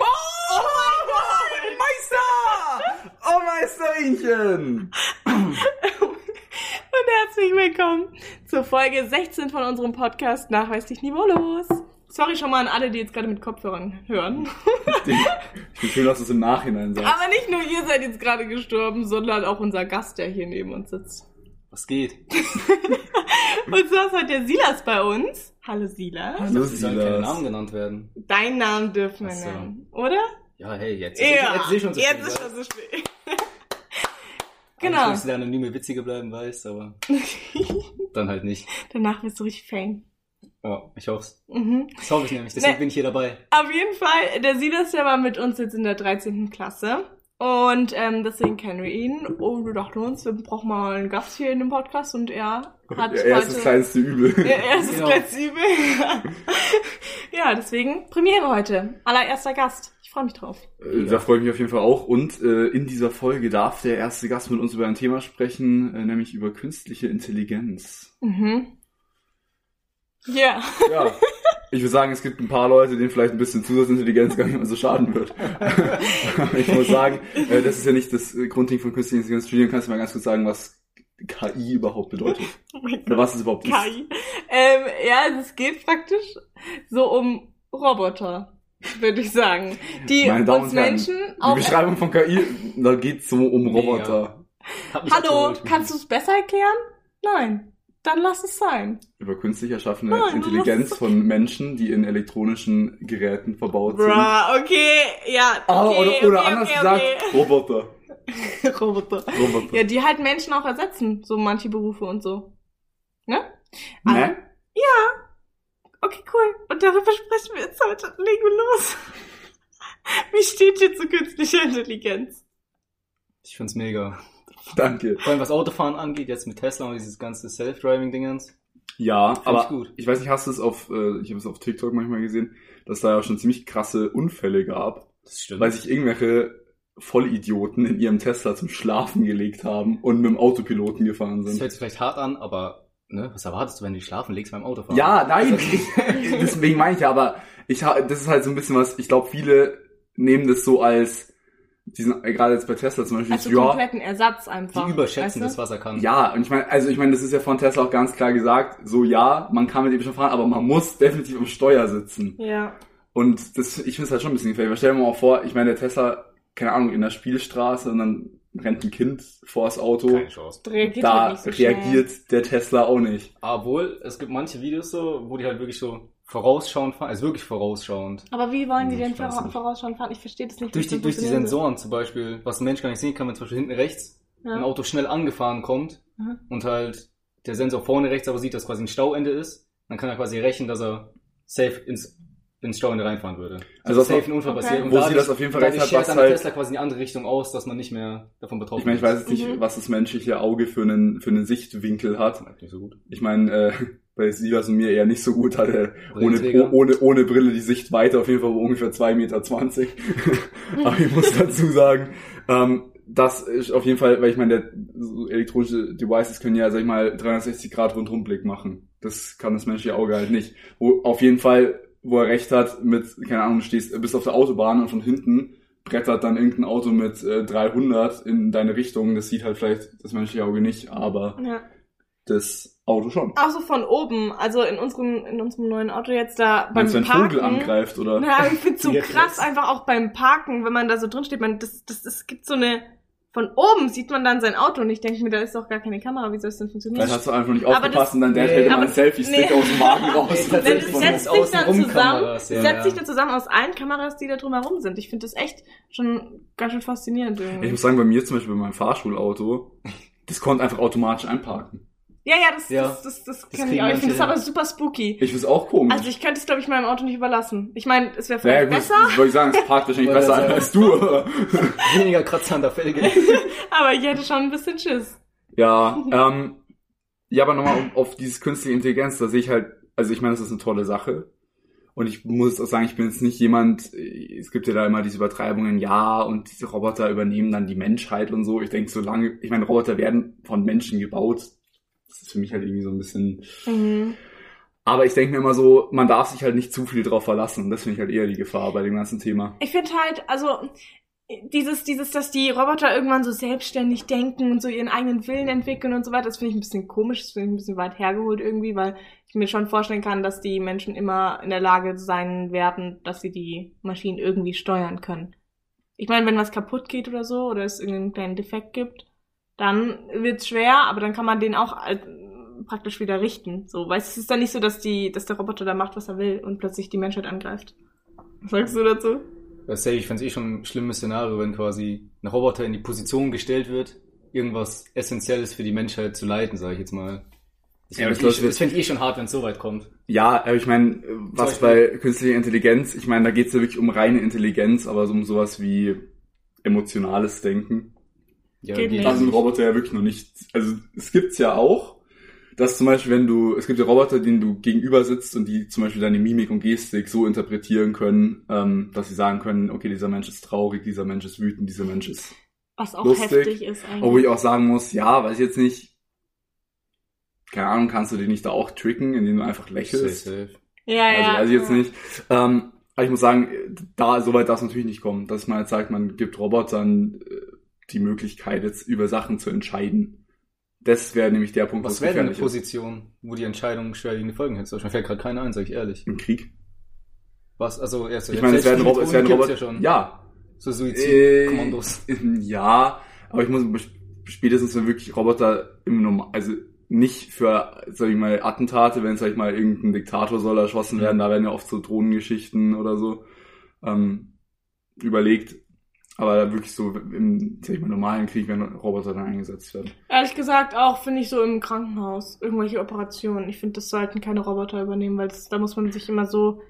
Oh Hallöchen! Und herzlich willkommen zur Folge 16 von unserem Podcast Nachweislich Niveaulos. Sorry schon mal an alle, die jetzt gerade mit Kopfhörern hören. Ich bin schön, dass du es im Nachhinein sagst. Aber nicht nur ihr seid jetzt gerade gestorben, sondern auch unser Gast, der hier neben uns sitzt. Was geht? Und zwar ist heute der Silas bei uns. Hallo Silas. Hallo, Sie sollen keine Silas. Namen genannt werden. Deinen Namen dürfen wir Ach so. nennen, oder? Ja, hey, jetzt. Ja, jetzt sehe ich schon so jetzt viel, ist ja. schon so spät. Ich genau. muss der anonyme Witzige bleiben, weißt aber dann halt nicht. Danach wirst du richtig Fame. Ja, ich hoff's. Mhm. Das hoffe ich nämlich, deswegen Nee. bin ich hier dabei. Auf jeden Fall, der Silas, der war mit uns jetzt in der 13. Klasse. Und ähm, deswegen kennen wir ihn. Oh, Und wir dachten uns, wir brauchen mal einen Gast hier in dem Podcast. Und er Ah, hat Ja, er ist das kleinste Übel. Ja, er ist das Genau. kleinste Übel. ja, deswegen Premiere heute. Allererster Gast. Ich freue mich drauf. Äh, Da freue ich mich auf jeden Fall auch. Und äh, in dieser Folge darf der erste Gast mit uns über ein Thema sprechen, äh, nämlich über künstliche Intelligenz. Mhm. Ja. Ja. Ich würde sagen, es gibt ein paar Leute, denen vielleicht ein bisschen Zusatzintelligenz gar nicht mehr so schaden wird. ich muss sagen, äh, das ist ja nicht das äh, Grundding von künstlicher Intelligenz. Julian, kannst du mal ganz kurz sagen, was KI überhaupt bedeutet? Oh mein Oder was es überhaupt ist? KI. Ähm, ja, also es geht praktisch so um Roboter, würde ich sagen. Die Meine Damen uns und Herren, Menschen Die auch. Beschreibung von KI, da geht's so um Roboter. Hab mich Hallo, abgeholt. kannst du es besser erklären? Nein. Dann lass es sein. Über künstlich erschaffene Nein, Intelligenz von Menschen, die in elektronischen Geräten verbaut sind. Bruh, okay, ja. Ah, okay, oder oder okay, anders okay, gesagt, Roboter. okay. Roboter. Roboter. Ja, die halt Menschen auch ersetzen, so manche Berufe und so. Ne? Ne? Okay, cool. Und darüber sprechen wir jetzt heute. Legen wir los. Wie steht ihr zu künstlicher Intelligenz? Ich find's mega. Danke. Vor allem was Autofahren angeht, jetzt mit Tesla und dieses ganze Self-Driving-Dingens. Ja, Finde ich aber gut. ich weiß nicht, hast du es auf, äh, ich habe es auf TikTok manchmal gesehen, dass da ja schon ziemlich krasse Unfälle gab, Das stimmt. weil sich irgendwelche Vollidioten in ihrem Tesla zum Schlafen gelegt haben und mit dem Autopiloten gefahren das sind. hört sich vielleicht hart an, aber ne, was erwartest du, wenn du dich schlafen legst beim Autofahren? Ja, nein, Also, ich- deswegen meine ich ja, aber ich ha- das ist halt so ein bisschen was, ich glaube, viele nehmen das so als, diesen, äh, gerade jetzt bei Tesla zum Beispiel, Also ja, kompletten Ersatz einfach. Die weißt überschätzen das, du? was er kann. Ja, und ich meine, also ich meine, das ist ja von Tesla auch ganz klar gesagt, so ja, man kann mit dem schon fahren, aber man muss definitiv am Steuer sitzen. Ja. Und das, ich finde es halt schon ein bisschen gefährlich. Weil Stell dir mal vor, ich meine, der Tesla, keine Ahnung, in der Spielstraße und dann rennt ein Kind vor das Auto. Keine Chance. Reagiert da halt nicht so reagiert der Tesla auch nicht. Obwohl, es gibt manche Videos so, wo die halt wirklich so vorausschauend fahren, also wirklich vorausschauend. Aber wie wollen die Hm, denn ich weiß vora- nicht. vorausschauen fahren? Ich verstehe das nicht. Durch wie das die, durch die funktionieren soll. Sensoren zum Beispiel, was ein Mensch gar nicht sehen kann, wenn zum Beispiel hinten rechts ein Ja. Auto schnell angefahren kommt Mhm. und halt der Sensor vorne rechts aber sieht, dass quasi ein Stauende ist, dann kann er quasi rechnen, dass er safe ins, ins Stauende reinfahren würde. Also Also, das safe war- ein Unfall Okay. passiert. Und Wo sie dadurch, das auf jeden Fall recht dadurch hat, schert was dann halt- der Tesla quasi in die andere Richtung aus, dass man nicht mehr davon betroffen Ich meine, ich weiß jetzt nicht, Mhm. was das menschliche Auge für einen, für einen Sichtwinkel hat. ist. Nicht so gut. Ich meine, äh, bei Silas und mir eher nicht so gut hat er ohne, Brillenträger. ohne, oh, ohne Brille die Sichtweite auf jeden Fall ungefähr 2,20 Meter. Aber ich muss dazu sagen, ähm, das ist auf jeden Fall, weil ich meine, der, so elektronische Devices können ja, sag ich mal, 360 Grad Rundumblick machen. Das kann das menschliche Auge halt nicht. Wo, auf jeden Fall, wo er recht hat, mit, keine Ahnung, du stehst, bist auf der Autobahn und von hinten brettert dann irgendein Auto mit äh, 300 in deine Richtung. Das sieht halt vielleicht das menschliche Auge nicht, aber Ja. das Auto schon. Auch so von oben, also in unserem, in unserem neuen Auto jetzt da beim Meinst du, wenn ein Parken. Vogel angreift, oder? Na, ich find's so Jetzt krass, ist- einfach auch beim Parken, wenn man da so drin steht, man, das, das, das gibt so eine, von oben sieht man dann sein Auto und ich denke mir, da ist doch gar keine Kamera, wie soll es denn funktionieren? Vielleicht hast du einfach nicht Aber aufgepasst das- und dein Dad nee, hätte mal aber- einen Selfie-Stick nee. aus dem Magen Nee, raus. das- Denn tatsächlich es von setzt den sich dann zusammen, Außenrum-Kameras, es ja, setzt ja. sich dann zusammen aus allen Kameras, die da drumherum sind. Ich finde das echt schon ganz schön faszinierend Ich irgendwie. muss sagen, bei mir zum Beispiel, bei meinem Fahrschulauto, das konnte einfach automatisch einparken. Ja, ja, das, Ja. das, das, das, kann ich kriegen auch. Ich manche finde das hin. aber super spooky. Ich find's auch komisch. Also ich könnte es, glaube ich, meinem Auto nicht überlassen. Ich meine, es wäre naja, vielleicht gut, besser, das würde ich sagen, es parkt wahrscheinlich Wollte besser ein als ich du. oh. Weniger Kratzer an der Felge. aber ich hätte schon ein bisschen Schiss. ja, ähm, ja, aber nochmal um- auf dieses künstliche Intelligenz, da sehe ich halt, also ich meine, das ist eine tolle Sache. Und ich muss auch sagen, ich bin jetzt nicht jemand, äh, es gibt ja da immer diese Übertreibungen, ja, und diese Roboter übernehmen dann die Menschheit und so. Ich denke, solange, ich meine, Roboter werden von Menschen gebaut. Das ist für mich halt irgendwie so ein bisschen Mhm. Aber ich denke mir immer so, man darf sich halt nicht zu viel drauf verlassen. Und das finde ich halt eher die Gefahr bei dem ganzen Thema. Ich finde halt, also dieses, dieses, dass die Roboter irgendwann so selbstständig denken und so ihren eigenen Willen entwickeln und so weiter, das finde ich ein bisschen komisch, das finde ich ein bisschen weit hergeholt irgendwie, weil ich mir schon vorstellen kann, dass die Menschen immer in der Lage sein werden, dass sie die Maschinen irgendwie steuern können. Ich meine, wenn was kaputt geht oder so, oder es irgendeinen kleinen Defekt gibt, dann wird's schwer, aber dann kann man den auch als- praktisch wieder richten. So, weil es ist dann nicht so, dass die, dass der Roboter da macht, was er will und plötzlich die Menschheit angreift. Was sagst du dazu? Das safe, ich fände eh schon ein schlimmes Szenario, wenn quasi ein Roboter in die Position gestellt wird, irgendwas Essentielles für die Menschheit zu leiten, sage ich jetzt mal. Das Ja, fänd das ich eh läuft jetzt- schon- das fänd ich eh schon hart, wenn es so weit kommt. Ja, aber ich meine, was Zum Beispiel- bei künstlicher Intelligenz, ich meine, da geht's ja wirklich um reine Intelligenz, aber so um sowas wie emotionales Denken. Ja, Geht geht nicht. Da sind nicht. Roboter ja wirklich noch nicht. Also es gibt's ja auch, dass zum Beispiel, wenn du, es gibt ja Roboter, denen du gegenüber sitzt und die zum Beispiel deine Mimik und Gestik so interpretieren können, ähm, dass sie sagen können, okay, dieser Mensch ist traurig, dieser Mensch ist wütend, dieser Mensch ist. Was auch Lustig, heftig ist Mhm. eigentlich. Obwohl ich auch sagen muss, ja, weiß ich jetzt nicht. Keine Ahnung, kannst du den nicht da auch tricken, indem du einfach Safe, lächelst? safe. ja, Also ja. weiß ich jetzt ja. nicht. Ähm, aber ich muss sagen, da soweit darf es natürlich nicht kommen, dass man jetzt sagt, man gibt Robotern äh, die Möglichkeit, jetzt über Sachen zu entscheiden. Das wäre nämlich der Punkt, Was wäre denn eine gefährlich ist. Position, wo die Entscheidung schwerwiegende Folgen hätte? Mir fällt gerade keine ein, sag ich ehrlich. Im Krieg. Was, also, erst Ich meine, es werden Roboter. Es werden gibt's Roboter. ja schon. ja. So Äh, Suizidkommandos. ja, aber ich muss spätestens, wenn wirklich Roboter im Normal, also nicht für, sag ich mal, Attentate, wenn, sag ich mal, irgendein Diktator soll erschossen Mhm. werden, da werden ja oft so Drohnengeschichten oder so ähm, überlegt. Aber da wirklich so im, sag ich mal, normalen Krieg, wenn Roboter dann eingesetzt werden. Ehrlich gesagt auch, finde ich so im Krankenhaus, irgendwelche Operationen. Ich finde, das sollten keine Roboter übernehmen, weil das, da muss man sich immer so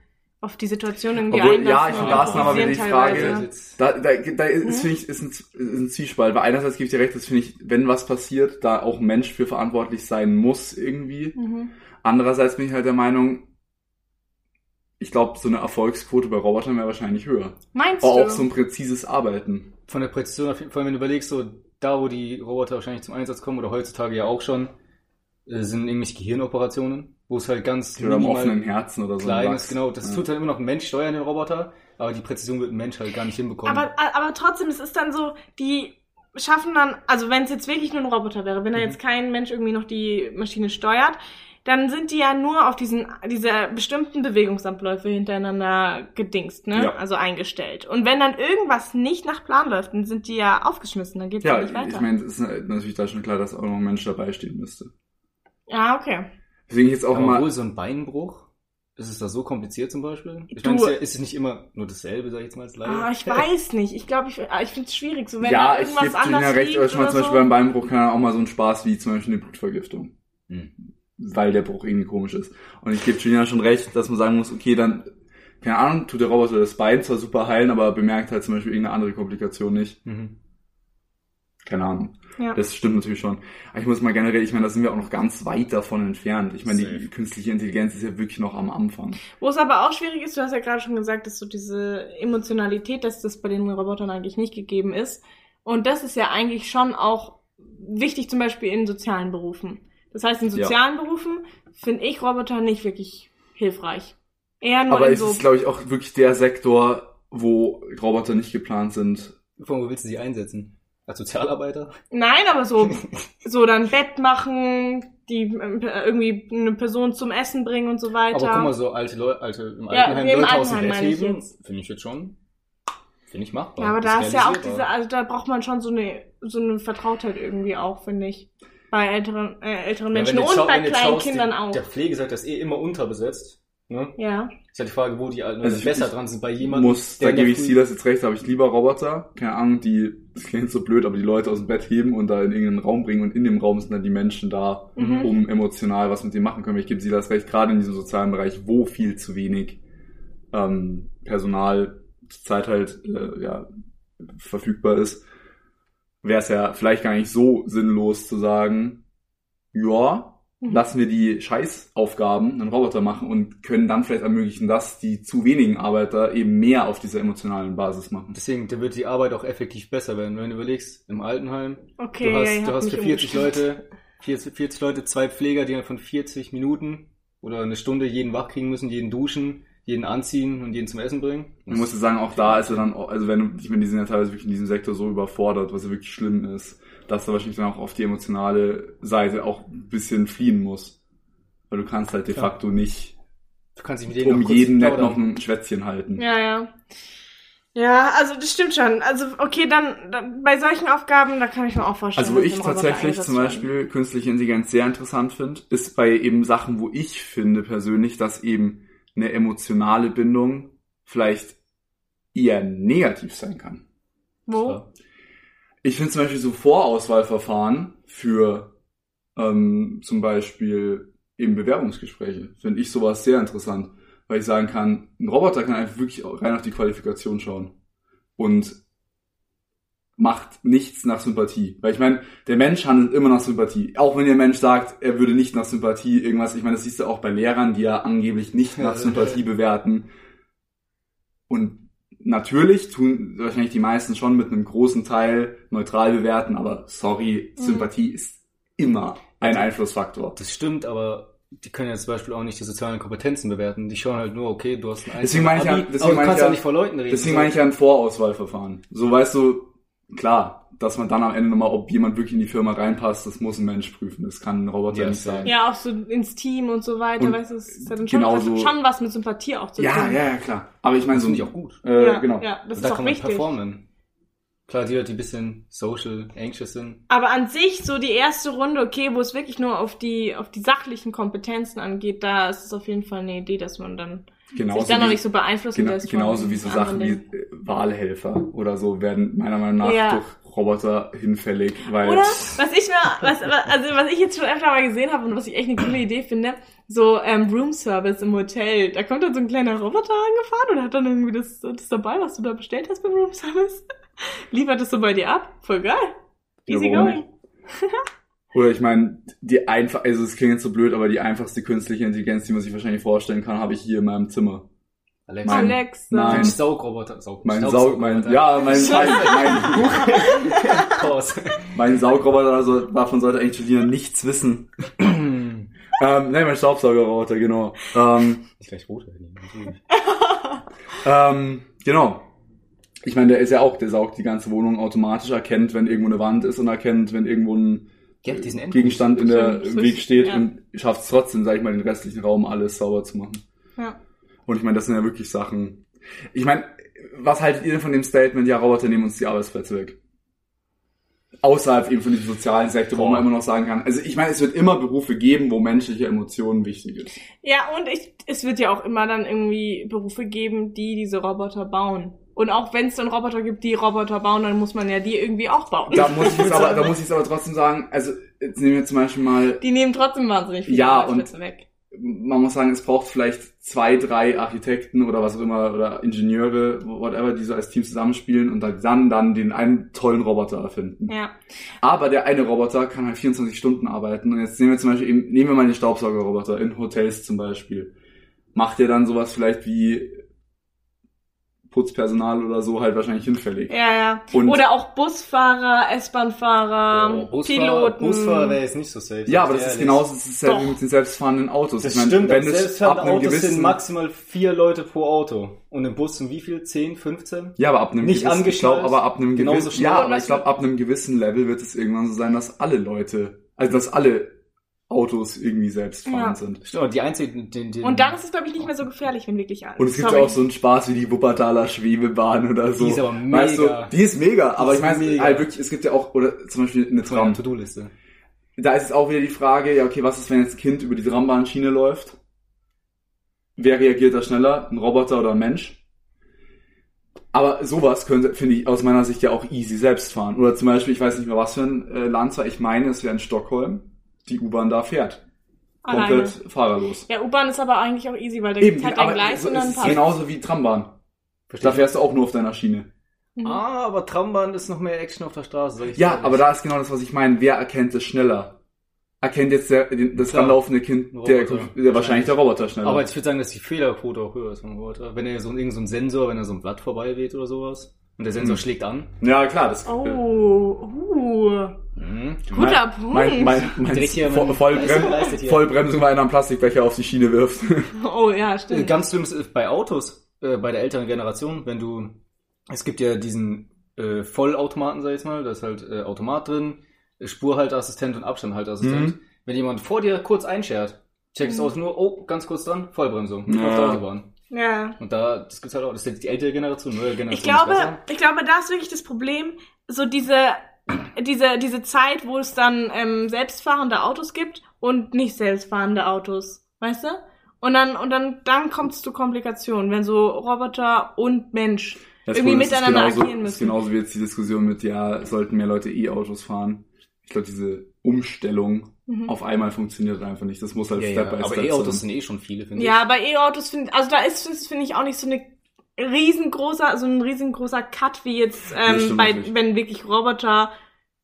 auf die Situation irgendwie Obwohl, ja, ich und finde, da ist nochmal wieder die improvisieren Frage- teilweise. Da, da, da Mhm. ist, finde ich, ist ein, Z- ist ein Zwiespalt, weil einerseits gebe ich dir recht, das finde ich, wenn was passiert, da auch ein Mensch für verantwortlich sein muss irgendwie. Mhm. Andererseits bin ich halt der Meinung, ich glaube, so eine Erfolgsquote bei Robotern wäre wahrscheinlich höher. Meinst Aber du? auch so ein präzises Arbeiten. Von der Präzision, auf jeden Fall, wenn du überlegst, so da, wo die Roboter wahrscheinlich zum Einsatz kommen, oder heutzutage ja auch schon, äh, sind irgendwelche Gehirnoperationen, wo es halt ganz Oder am minimal offenen Herzen oder so. klein ein Hm. ist. Wachs. Genau, das ja. tut halt immer noch ein Mensch steuern, den Roboter, aber die Präzision wird ein Mensch halt gar nicht hinbekommen. Aber, aber trotzdem, es ist dann so, die schaffen dann, also wenn es jetzt wirklich nur ein Roboter wäre, wenn da Mhm. jetzt kein Mensch irgendwie noch die Maschine steuert, dann sind die ja nur auf diesen, diese bestimmten Bewegungsabläufe hintereinander gedingst, ne? Ja. Also eingestellt. Und wenn dann irgendwas nicht nach Plan läuft, dann sind die ja aufgeschmissen, dann geht's ja, Ja, nicht weiter. ich meine, es ist halt natürlich da schon klar, dass auch noch ein Mensch dabei stehen müsste. ja, Ah, okay. Deswegen jetzt auch Aber mal. obwohl so ein Beinbruch, ist es da so kompliziert zum Beispiel? Ich Du- meine, es ist ja- ist es nicht immer nur dasselbe, sag ich jetzt mal als Laie? Ah, ich weiß nicht. Ich glaube, ich, ah, ich finde es schwierig. So, wenn Äh, Ja, da ich irgendwas gebe dir anders ja recht, liegt aber ich meine oder zum Beispiel so. beim Beinbruch kann auch mal so ein Spaß wie zum Beispiel eine Blutvergiftung. Hm. weil der Bruch irgendwie komisch ist. Und ich gebe Julian schon recht, dass man sagen muss, okay, dann, keine Ahnung, tut der Roboter das Bein zwar super heilen, aber bemerkt halt zum Beispiel irgendeine andere Komplikation nicht. Mhm. Keine Ahnung. ja. Das stimmt natürlich schon. Aber ich muss mal generell, ich meine, da sind wir auch noch ganz weit davon entfernt. Ich meine, die Safe. künstliche Intelligenz ist ja wirklich noch am Anfang. Wo es aber auch schwierig ist, du hast ja gerade schon gesagt, dass so diese Emotionalität, dass das bei den Robotern eigentlich nicht gegeben ist. Und das ist ja eigentlich schon auch wichtig, zum Beispiel in sozialen Berufen. Das heißt, in Ja. sozialen Berufen finde ich Roboter nicht wirklich hilfreich. Eher nur Aber in es so. ist, glaube ich, auch wirklich der Sektor, wo Roboter nicht geplant sind. Vor allem, wo willst du sie einsetzen? Als Sozialarbeiter? Nein, aber so, so dann Bett machen, die ähm, irgendwie eine Person zum Essen bringen und so weiter. Aber guck mal, so alte Leute, alte im Ja, Altenheim, nee, im Leute aus dem Altenheim Bett meine ich heben, jetzt. finde ich jetzt schon, finde ich machbar. Ja, aber da ist ja auch diese, realisierbar. also da braucht man schon so eine, so eine Vertrautheit irgendwie auch, finde ich. Bei älteren, äh, älteren Ja, wenn Menschen du jetzt schau- und bei wenn du jetzt kleinen schaust, Kindern die- auch. Der Pflegesektor ist eh immer unterbesetzt. Ne? Ja. Ist halt die Frage, wo die alten Also Leute ich- besser ich dran sind bei jemandem. muss, da der in der gebe ich Früh- Sie das jetzt recht, da habe ich lieber Roboter, keine Ahnung, die, das klingt so blöd, aber die Leute aus dem Bett heben und da in irgendeinen Raum bringen und in dem Raum sind dann die Menschen da, Mhm. um emotional was mit dem machen können. Weil ich gebe sie das recht, gerade in diesem sozialen Bereich, wo viel zu wenig ähm, Personal zur Zeit halt äh, ja, verfügbar ist, wäre es ja vielleicht gar nicht so sinnlos zu sagen, ja, Mhm. lassen wir die Scheißaufgaben einen Roboter machen und können dann vielleicht ermöglichen, dass die zu wenigen Arbeiter eben mehr auf dieser emotionalen Basis machen. Deswegen, da wird die Arbeit auch effektiv besser werden. Wenn du überlegst, im Altenheim, Okay, Du ja, ihr hast, du habt hast mich für 40 umgestimmt. Leute, 40, 40 Leute, zwei Pfleger, die dann von 40 Minuten oder eine Stunde jeden wach kriegen müssen, jeden duschen, jeden anziehen und jeden zum Essen bringen. Man musste sagen, auch da ist er dann, also wenn, ich meine, die sind ja teilweise wirklich in diesem Sektor so überfordert, was ja wirklich schlimm ist, dass da wahrscheinlich dann auch auf die emotionale Seite auch ein bisschen fliehen muss. Weil du kannst halt de Klar. facto nicht Du kannst dich mit um noch kurz jeden nett plaudern. noch ein Schwätzchen halten. Ja, ja. Ja, also das stimmt schon. Also okay, dann, dann bei solchen Aufgaben, da kann ich mir auch vorstellen. Also wo dass ich ein Roboter tatsächlich eingesetzt zum wird. Beispiel künstliche Intelligenz sehr interessant finde, ist bei eben Sachen, wo ich finde persönlich, dass eben eine emotionale Bindung vielleicht eher negativ sein kann. Wo? Ja. Ich finde zum Beispiel so Vorauswahlverfahren für ähm, zum Beispiel eben Bewerbungsgespräche, finde ich sowas sehr interessant, weil ich sagen kann, ein Roboter kann einfach wirklich rein auf die Qualifikation schauen und macht nichts nach Sympathie. Weil ich meine, der Mensch handelt immer nach Sympathie. Auch wenn der Mensch sagt, er würde nicht nach Sympathie irgendwas, ich meine, das siehst du auch bei Lehrern, die ja angeblich nicht nach Sympathie bewerten. Und natürlich tun wahrscheinlich die meisten schon mit einem großen Teil neutral bewerten, aber sorry, Mhm. Sympathie ist immer ein Einflussfaktor. Das stimmt, aber die können ja zum Beispiel auch nicht die sozialen Kompetenzen bewerten. Die schauen halt nur, okay, du hast ein Deswegen meine ich ja- Abi, deswegen aber du meine ich kannst ja- auch nicht vor Leuten reden. Deswegen meine ich ja ein Vorauswahlverfahren. So weißt du, klar, dass man dann am Ende nochmal, ob jemand wirklich in die Firma reinpasst, das muss ein Mensch prüfen. Das kann ein Roboter Ja, nicht safe. sagen. Ja, auch so ins Team und so weiter, Und weißt du, es ist ja dann genau schon, genauso- hat schon was mit Sympathie auch zu ja, tun. ja, ja, klar. Aber ich meine das so, finde ich auch gut. äh, ja, genau. Ja, das Und ist da auch kann man wichtig. performen. Klar, die Leute, die ein bisschen social, anxious sind. Aber an sich, so die erste Runde, okay, wo es wirklich nur auf die, auf die sachlichen Kompetenzen angeht, da ist es auf jeden Fall eine Idee, dass man dann Genauso sich dann noch wie- nicht so beeinflussen Gena lässt. von genauso wie so anderen Sachen wie Dingen. äh, Wahlhelfer oder so werden meiner Meinung nach Ja. durch Roboter hinfällig, weil Oder was ich mir, was, also was ich jetzt schon öfter mal gesehen habe und was ich echt eine coole Idee finde, so ähm, Room Service im Hotel. Da kommt dann so ein kleiner Roboter angefahren und hat dann irgendwie das, das dabei, was du da bestellt hast beim Room Service. Liefert das so bei dir ab. Voll geil. Ja, Easy warum going. nicht? Oder ich meine, die einfach, also es klingt jetzt so blöd, aber die einfachste künstliche Intelligenz, die man sich wahrscheinlich vorstellen kann, habe ich hier in meinem Zimmer. Alexa. Mein- Alexa. Nein. Mein Saugroboter. Saug, Mein Saug, mein, ja, mein, mein, mein, Pause. mein Saugroboter, also davon sollte eigentlich Julina nichts wissen. Ähm, nein, mein Staubsaugerroboter, genau. Ähm, Nicht gleich rot werden. natürlich. ähm, genau. Ich meine, der ist ja auch, der saugt die ganze Wohnung automatisch, erkennt, wenn irgendwo eine Wand ist und erkennt, wenn irgendwo ein Ihr habt diesen Endpunkt. Gegenstand in der, Stimmt, im Weg steht ja. und schafft es trotzdem, sag ich mal, den restlichen Raum alles sauber zu machen. Ja. Und ich meine, das sind ja wirklich Sachen. Ich meine, was haltet ihr denn von dem Statement, ja, Roboter nehmen uns die Arbeitsplätze weg? Außerhalb eben von diesem sozialen Sektor, wo Boah. man immer noch sagen kann. Also ich meine, es wird immer Berufe geben, wo menschliche Emotionen wichtig ist. Ja, und ich, es wird ja auch immer dann irgendwie Berufe geben, die diese Roboter bauen. Und auch wenn es dann Roboter gibt, die Roboter bauen, dann muss man ja die irgendwie auch bauen. Da muss ich jetzt aber, da muss ich jetzt aber trotzdem sagen, also jetzt nehmen wir zum Beispiel mal, Die nehmen trotzdem wahnsinnig viele Ja, Arbeitsplätze weg. man muss sagen, es braucht vielleicht zwei, drei Architekten oder was auch immer oder Ingenieure, whatever, die so als Team zusammenspielen und halt dann, dann den einen tollen Roboter erfinden. Ja. Aber der eine Roboter kann halt 24 Stunden arbeiten. Und jetzt nehmen wir zum Beispiel eben, nehmen wir mal den Staubsaugerroboter in Hotels zum Beispiel. Macht der dann sowas vielleicht wie Putzpersonal oder so halt wahrscheinlich hinfällig. Ja, ja. Und- Oder auch Busfahrer, S-Bahnfahrer, Oh, Busfahrer, Piloten. Busfahrer wäre jetzt nicht so safe. Ja, sag aber ich das ist ehrlich. genauso das ist ja wie Doch. mit den selbstfahrenden Autos. Das Ich meine, stimmt, wenn wenn das selbstfahrende ab einem Autos gewissen, sind maximal vier Leute pro Auto. Und im Bus sind wie viel? 10, 15? ja, aber ab einem gewissen, nicht ich glaub, angeschnallt, aber ab einem genauso gewissen, schnell. ja, Und aber was ich glaube, ab einem gewissen Level wird es irgendwann so sein, dass alle Leute, also dass alle Autos irgendwie selbstfahrend Ja. sind. Stimmt, aber die einzigen, den, den, Und dann ist es, glaube ich, nicht mehr so gefährlich, wenn wirklich alles. Und es gibt ja auch so einen Spaß wie die Wuppertaler Schwebebahn oder so. Die ist aber mega. Also, Weißt du, die ist mega, aber ich ist meine, mega. halt wirklich, es gibt ja auch, oder zum Beispiel eine auf meiner Tram. To-Do-Liste. Da ist jetzt auch wieder die Frage, ja, okay, was ist, wenn jetzt ein Kind über die Trambahnschiene läuft? Wer reagiert da schneller? Ein Roboter oder ein Mensch? Aber sowas könnte, finde ich, aus meiner Sicht ja auch easy selbst fahren. Oder zum Beispiel, ich weiß nicht mehr, was für ein äh, Land war, ich meine, es wäre in Stockholm, die U-Bahn da fährt. Alleine. Komplett fahrerlos. Ja, U-Bahn ist aber eigentlich auch easy, weil da Eben, gibt's halt ein aber Gleis so, und es dann ist passt. genauso wie Trambahn. Da fährst du auch nur auf deiner Schiene. Mhm. Ah, aber Trambahn ist noch mehr Action auf der Straße. Sag ich Ja, ehrlich. aber da ist genau das, was ich meine. Wer erkennt es schneller? Erkennt jetzt der, den, das Klar. anlaufende Kind, Ein der, Roboter. der wahrscheinlich der Roboter schneller. Aber ich würde sagen, dass die Fehlerquote auch höher ist vom Roboter. Wenn er so irgendein so ein Sensor, wenn er so ein Blatt vorbei weht oder sowas. Und der Sensor Mhm. schlägt an. Ja, klar, das äh, Oh, uh, Mhm. guter Punkt. mein, mein, mein, Direkt hier Voll, mein- Vollbrem leistet- leistet hier. Vollbremsung, weil einer einen Plastikbecher auf die Schiene wirft. oh ja, Äh, stimmt. Ganz schlimm ist bei Autos, äh, bei der älteren Generation, wenn du, es gibt ja diesen äh, Vollautomaten, sag ich mal, da ist halt äh, Automat drin, Spurhalteassistent und Abstandhalteassistent. Mhm. Wenn jemand vor dir kurz einschert, checkt das Mhm. Auto nur, oh, ganz kurz dran, Vollbremsung, Ja. auf der Autobahn. Ja. Und da, das gibt's halt auch, das ist jetzt die ältere Generation, neue Generation. Ich ist glaube, besser. ich glaube, da ist wirklich das Problem, so diese, diese, diese Zeit, wo es dann ähm, selbstfahrende Autos gibt und nicht selbstfahrende Autos, weißt du? Und dann, und dann, dann kommt es zu Komplikationen, wenn so Roboter und Mensch. Das Irgendwie Problem ist, es ist miteinander genauso, agieren es Ist müssen. genauso wie jetzt die Diskussion mit, ja, es sollten mehr Leute E-Autos fahren. Ich glaube, diese Umstellung Mhm. auf einmal funktioniert einfach nicht. Das muss halt ja, Step ja, by aber Step E-Autos sein. sind eh schon viele, finde Ja, bei E-Autos finde also da ist es, finde ich, auch nicht so eine riesengroßer, so ein riesengroßer Cut wie jetzt, Nee, ähm, stimmt bei, natürlich. wenn wirklich Roboter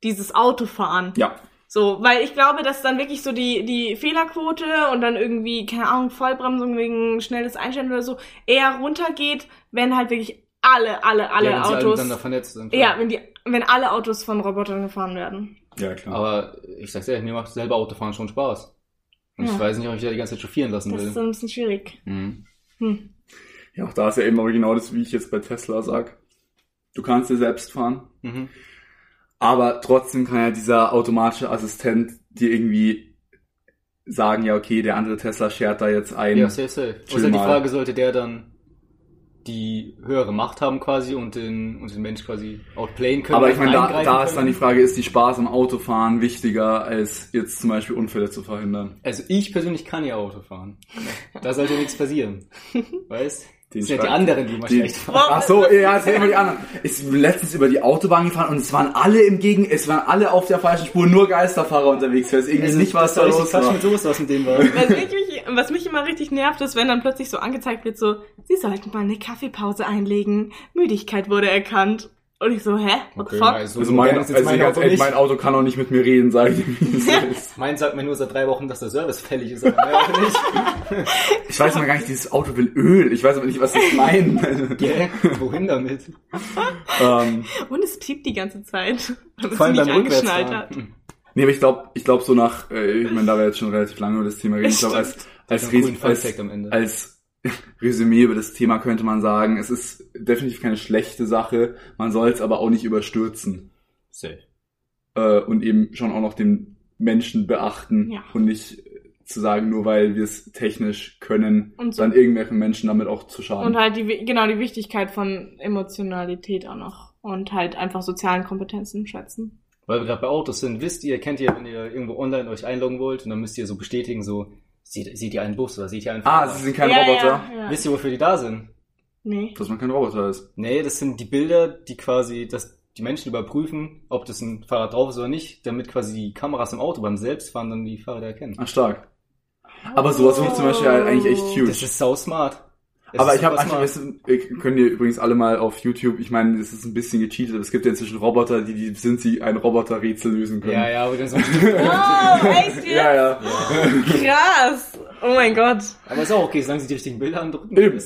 dieses Auto fahren. Ja, So, weil ich glaube, dass dann wirklich so die, die Fehlerquote und dann irgendwie, keine Ahnung, Vollbremsung wegen schnelles Einstellen oder so, eher runtergeht, wenn halt wirklich alle, alle, ich. alle ja, wenn sie alle Autos. miteinander vernetzt sind. Ja, wenn die, wenn alle Autos von Robotern gefahren werden. ja, klar. Aber ich sag's ehrlich, mir macht selber Autofahren schon Spaß. Und Ja. ich weiß nicht, ob ich da die ganze Zeit chauffieren lassen Das will. ist so ein bisschen schwierig. Mhm. Hm. ja, auch da ist ja eben original das, wie ich jetzt bei Tesla sag. Du kannst dir selbst fahren. Mhm. Aber trotzdem kann ja dieser automatische Assistent dir irgendwie sagen, ja, okay, der andere Tesla schert da jetzt ein. Ja, safe, safe. Chill Und dann die mal. Frage, sollte der dann die höhere Macht haben quasi und den, und den Mensch quasi outplayen können? Aber ich meine, da, eingreifen da ist dann können? die Frage, ist die Spaß am Autofahren wichtiger, als jetzt zum Beispiel Unfälle zu verhindern? Also ich persönlich kann ja Auto fahren. Da sollte nichts passieren. Weißt? Den Das sind ja die Schrank- anderen, die immer die- schlecht fahren. Ach so, ja, es sind immer die anderen. Ich bin letztens über die Autobahn gefahren und es waren alle im Gegen, es waren alle auf der falschen Spur, nur Geisterfahrer unterwegs. Ich weiß irgendwie Also, nicht, was das da war richtig los Quatsch war. mit sowas, was mit dem war. Was mich, mich, was mich immer richtig nervt, ist, wenn dann plötzlich so angezeigt wird, so, Sie sollten mal eine Kaffeepause einlegen. Müdigkeit wurde erkannt. Und ich so, hä? What the fuck? Also mein, modern ist also jetzt mein ganz Auto ehrlich, nicht. mein Auto kann auch nicht mit mir reden, sage ich dir, wie es ist. Mein sagt mir nur seit drei Wochen, dass der Service fällig ist, aber mehr auch nicht. Ich weiß mal gar nicht, dieses Auto will Öl. Ich weiß aber nicht, was das meint. Gell? Wohin damit? ähm, Und es piept die ganze Zeit. Weil es Vor allem nicht beim angeschnallt hat. Rückwärtsfahren. nee, aber ich glaube, ich glaub so nach, äh, ich meine, da wir jetzt schon relativ lange über das Thema reden, ich glaube, als, Stimmt. als, Einen coolen Ries- als, Funfact am Ende. als Resümee über das Thema könnte man sagen, es ist definitiv keine schlechte Sache, man soll es aber auch nicht überstürzen Safe. äh, und eben schon auch noch den Menschen beachten Ja. und nicht äh, zu sagen, nur weil wir es technisch können, Und so- dann irgendwelchen Menschen damit auch zu schaden. Und halt die, wi- genau, die Wichtigkeit von Emotionalität auch noch. Und halt einfach sozialen Kompetenzen schätzen. Weil wir gerade bei Autos sind, wisst ihr, kennt ihr, wenn ihr irgendwo online euch einloggen wollt und dann müsst ihr so bestätigen, so, seht, seht ihr einen Bus oder seht ihr einen ah, Fahrer? sie sind kein ja, Roboter. Ja, ja. Wisst ihr, wofür die da sind? Nee. Dass man kein Roboter ist. Nee, das sind die Bilder, die quasi, dass die Menschen überprüfen, ob das ein Fahrrad drauf ist oder nicht, damit quasi die Kameras im Auto beim Selbstfahren dann die Fahrräder erkennen. Ach, stark. Aber sowas finde ich zum Beispiel halt eigentlich echt huge. Das ist sau smart. Das Aber ist ich habe super einfach, smart. wissen, könnt ihr übrigens alle mal auf YouTube, ich meine, es ist ein bisschen gecheatet, aber es gibt ja inzwischen Roboter, die, die sind sie ein Roboter-Rätsel lösen können. Ja, ja, aber dann so Oh, echt? Ja, ja, ja. Krass. Oh mein Gott. Aber ist auch okay, solange sie die richtigen Bilder andrücken. Eben.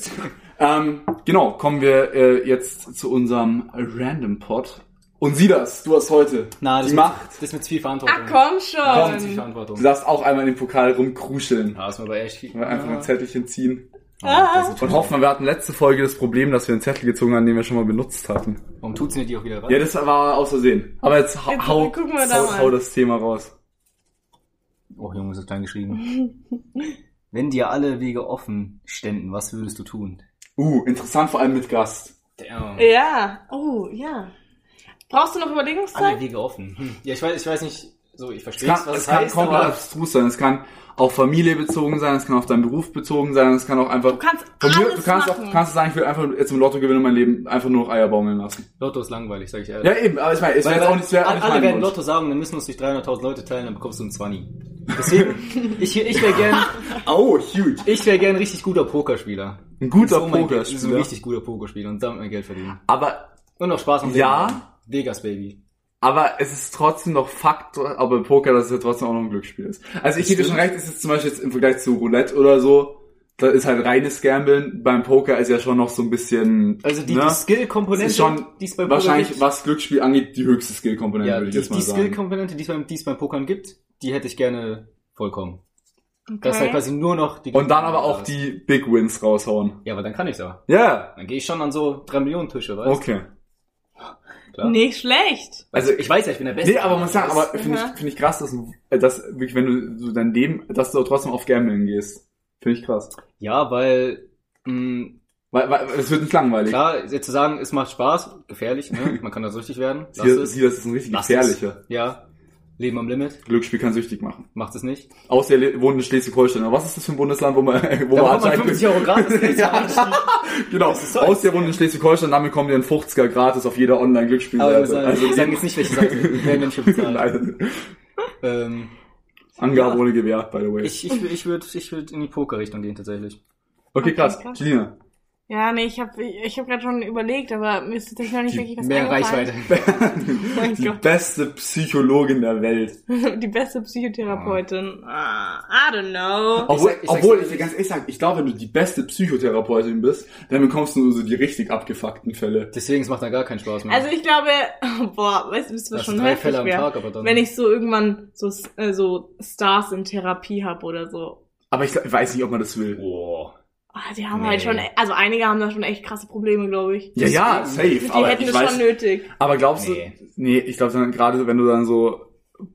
Ähm, genau, kommen wir äh, jetzt zu unserem Random Pod. Und sieh das, du hast heute Na, das die ist Macht. Mit, das ist mit zu viel Verantwortung. Ach Ah, komm Das ist mit zu viel schon. Du Verantwortung. darfst auch einmal in den Pokal rumkruscheln. Ja, ist mir aber echt viel. Mal Einfach ein Zettelchen ziehen. Ah, das ist- Und hoffen, wir hatten letzte Folge das Problem, dass wir einen Zettel gezogen haben, den wir schon mal benutzt hatten. Warum tut's denn die auch wieder rein? Ja, das war aus Versehen. Aber jetzt, hau, Jetzt hau, gucken wir da hau, mal. hau das Thema raus. Oh, Junge, ist das klein geschrieben. Wenn dir alle Wege offen ständen, was würdest du tun? Uh, interessant vor allem mit Gast. Damn. Äh, Ja. Oh, ja. Brauchst du noch Alle Überlegungszeit? Wege offen. Hm. Ja, ich weiß, ich weiß nicht, so, ich Es verstehe kann, es, was es es kann heißt, komplett aber abstrus sein. Es kann auf Familie bezogen sein, es kann auf deinen Beruf bezogen sein, es kann auch einfach. Du kannst von mir, alles du kannst machen. auch kannst sagen, ich will einfach jetzt im Lotto gewinnen und mein Leben einfach nur noch Eier baumeln lassen. Lotto ist langweilig, sag ich ehrlich. Ja, eben, aber ich meine, es wäre Weil, jetzt auch nicht weil schwer. alle, alle werden Lotto sagen, dann müssen uns durch 300.000 Leute teilen, dann bekommst du einen Zwanni. Deswegen, ich, ich wäre gern, Oh, huge. ich wäre gern ein richtig guter Pokerspieler. Ein guter so mein Geld- So ein Pokerspieler. richtig guter Pokerspieler und damit mein Geld verdienen. Aber, Und noch Spaß am Leben. Ja. haben. Vegas, Baby. aber es ist trotzdem noch Fakt, aber Poker, dass es ja trotzdem auch noch ein Glücksspiel ist. Also ich Das gebe dir schon stimmt. recht, es ist zum Beispiel jetzt im Vergleich zu Roulette oder so, das ist halt reines Gambeln. Beim Poker ist ja schon noch so ein bisschen. Also die, ne? die Skill-Komponente, Ist schon die es beim wahrscheinlich, Poker was Glücksspiel angeht, die höchste gibt, Skill-Komponente, ja, würde ich die, jetzt mal die sagen. Skill-Komponente, die es beim, die es beim Pokern gibt, die hätte ich gerne vollkommen. Okay. Das ist halt quasi nur noch die Und dann aber auch die Big Wins raushauen. Ja, aber dann kann ich ja. Ja, Dann gehe ich schon an so 3 Millionen Tische, weißt du? okay. klar. Nicht schlecht. Also Ich weiß ja, ich bin der Beste. Nee, aber man muss sagen, aber Ja. finde ich, find ich krass, dass, du- äh, dass wirklich, wenn du so dein Leben, dass du trotzdem auf Gambeln gehst. Finde ich krass. Ja, weil mh, Weil, weil es wird nicht langweilig. Klar, jetzt zu sagen, es macht Spaß, gefährlich, ne? Man kann da süchtig werden. Lass Sie, es. sie, das ist ein richtig Lass gefährlicher. Ja. Leben am Limit, Glücksspiel kann süchtig machen. macht es nicht. Außer ihr le- wohnt in Schleswig-Holstein. Aber was ist das für ein Bundesland, wo man, wo Da man bekommt man anscheinend- 50 Euro gratis. ne? Ja. Das ist richtig. Genau, Das ist so aus der Runde in Schleswig-Holstein, damit kommen wir in 50er gratis auf jeder Aber wir Online-Glücksspielseite. Also, sagen, wir sagen jetzt nicht, welche Seite. Wir werden nicht bezahlt. Nein. Ähm, Angabe Ja. ohne Gewehr, by the way. ich ich, ich würde ich würd in die Poker-Richtung gehen, tatsächlich. okay, krass. Okay, krass. Julina. Ja, nee, ich habe ich hab gerade schon überlegt, aber mir ist tatsächlich noch nicht Die wirklich was Mehr eingefallen. Reichweite. Oh mein Die Gott. beste Psychologin der Welt. Die beste Psychotherapeutin. Ah, I don't know. Obwohl, sag- ich sag's obwohl dir ich dir ehrlich. ganz ehrlich sage, ich glaube, wenn du die beste Psychotherapeutin bist, dann bekommst du nur so die richtig abgefuckten Fälle. Deswegen, es macht da gar keinen Spaß mehr. Also ich glaube, boah, weißt du, das war das schon sind drei heftig Fälle am wäre. Tag, aber dann... Wenn ich so irgendwann so, äh, so Stars in Therapie hab oder so. Aber ich glaub- weiß nicht, ob man das will. Oh. Ah, die haben Nee. halt schon, also einige haben da schon echt krasse Probleme, glaube ich. Also Ja, ja, Das- safe. Die aber hätten ich es weiß, schon nötig. Aber glaubst Nee. du, nee, ich glaube dann gerade, wenn du dann so,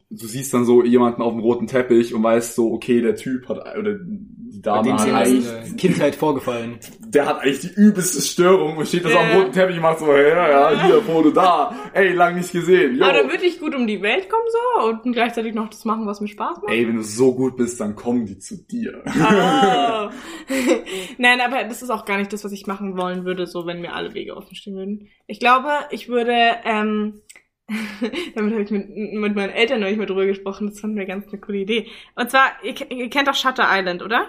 du siehst dann so jemanden auf dem roten Teppich und weißt so, okay, der Typ hat, oder die Bei Dame dem ist hat halt ja eigentlich, eine Kindheit vorgefallen. der hat eigentlich die übelste Störung und steht das auf dem Ja. roten Teppich und macht so, ja, ja, hier, Foto da, ey, lang nicht gesehen, yo. Aber dann würde ich gut um die Welt kommen so und gleichzeitig noch das machen, was mir Spaß macht. Ey, wenn du so gut bist, dann kommen die zu dir. Oh. Nein, aber das ist auch gar nicht das, was ich machen wollen würde, so wenn mir alle Wege offen stehen würden. Ich glaube, ich würde, ähm, damit habe ich mit, mit meinen Eltern neulich mal drüber gesprochen, das fanden wir ganz eine coole Idee. Und zwar, ihr, ke- ihr kennt doch Shutter Island, oder?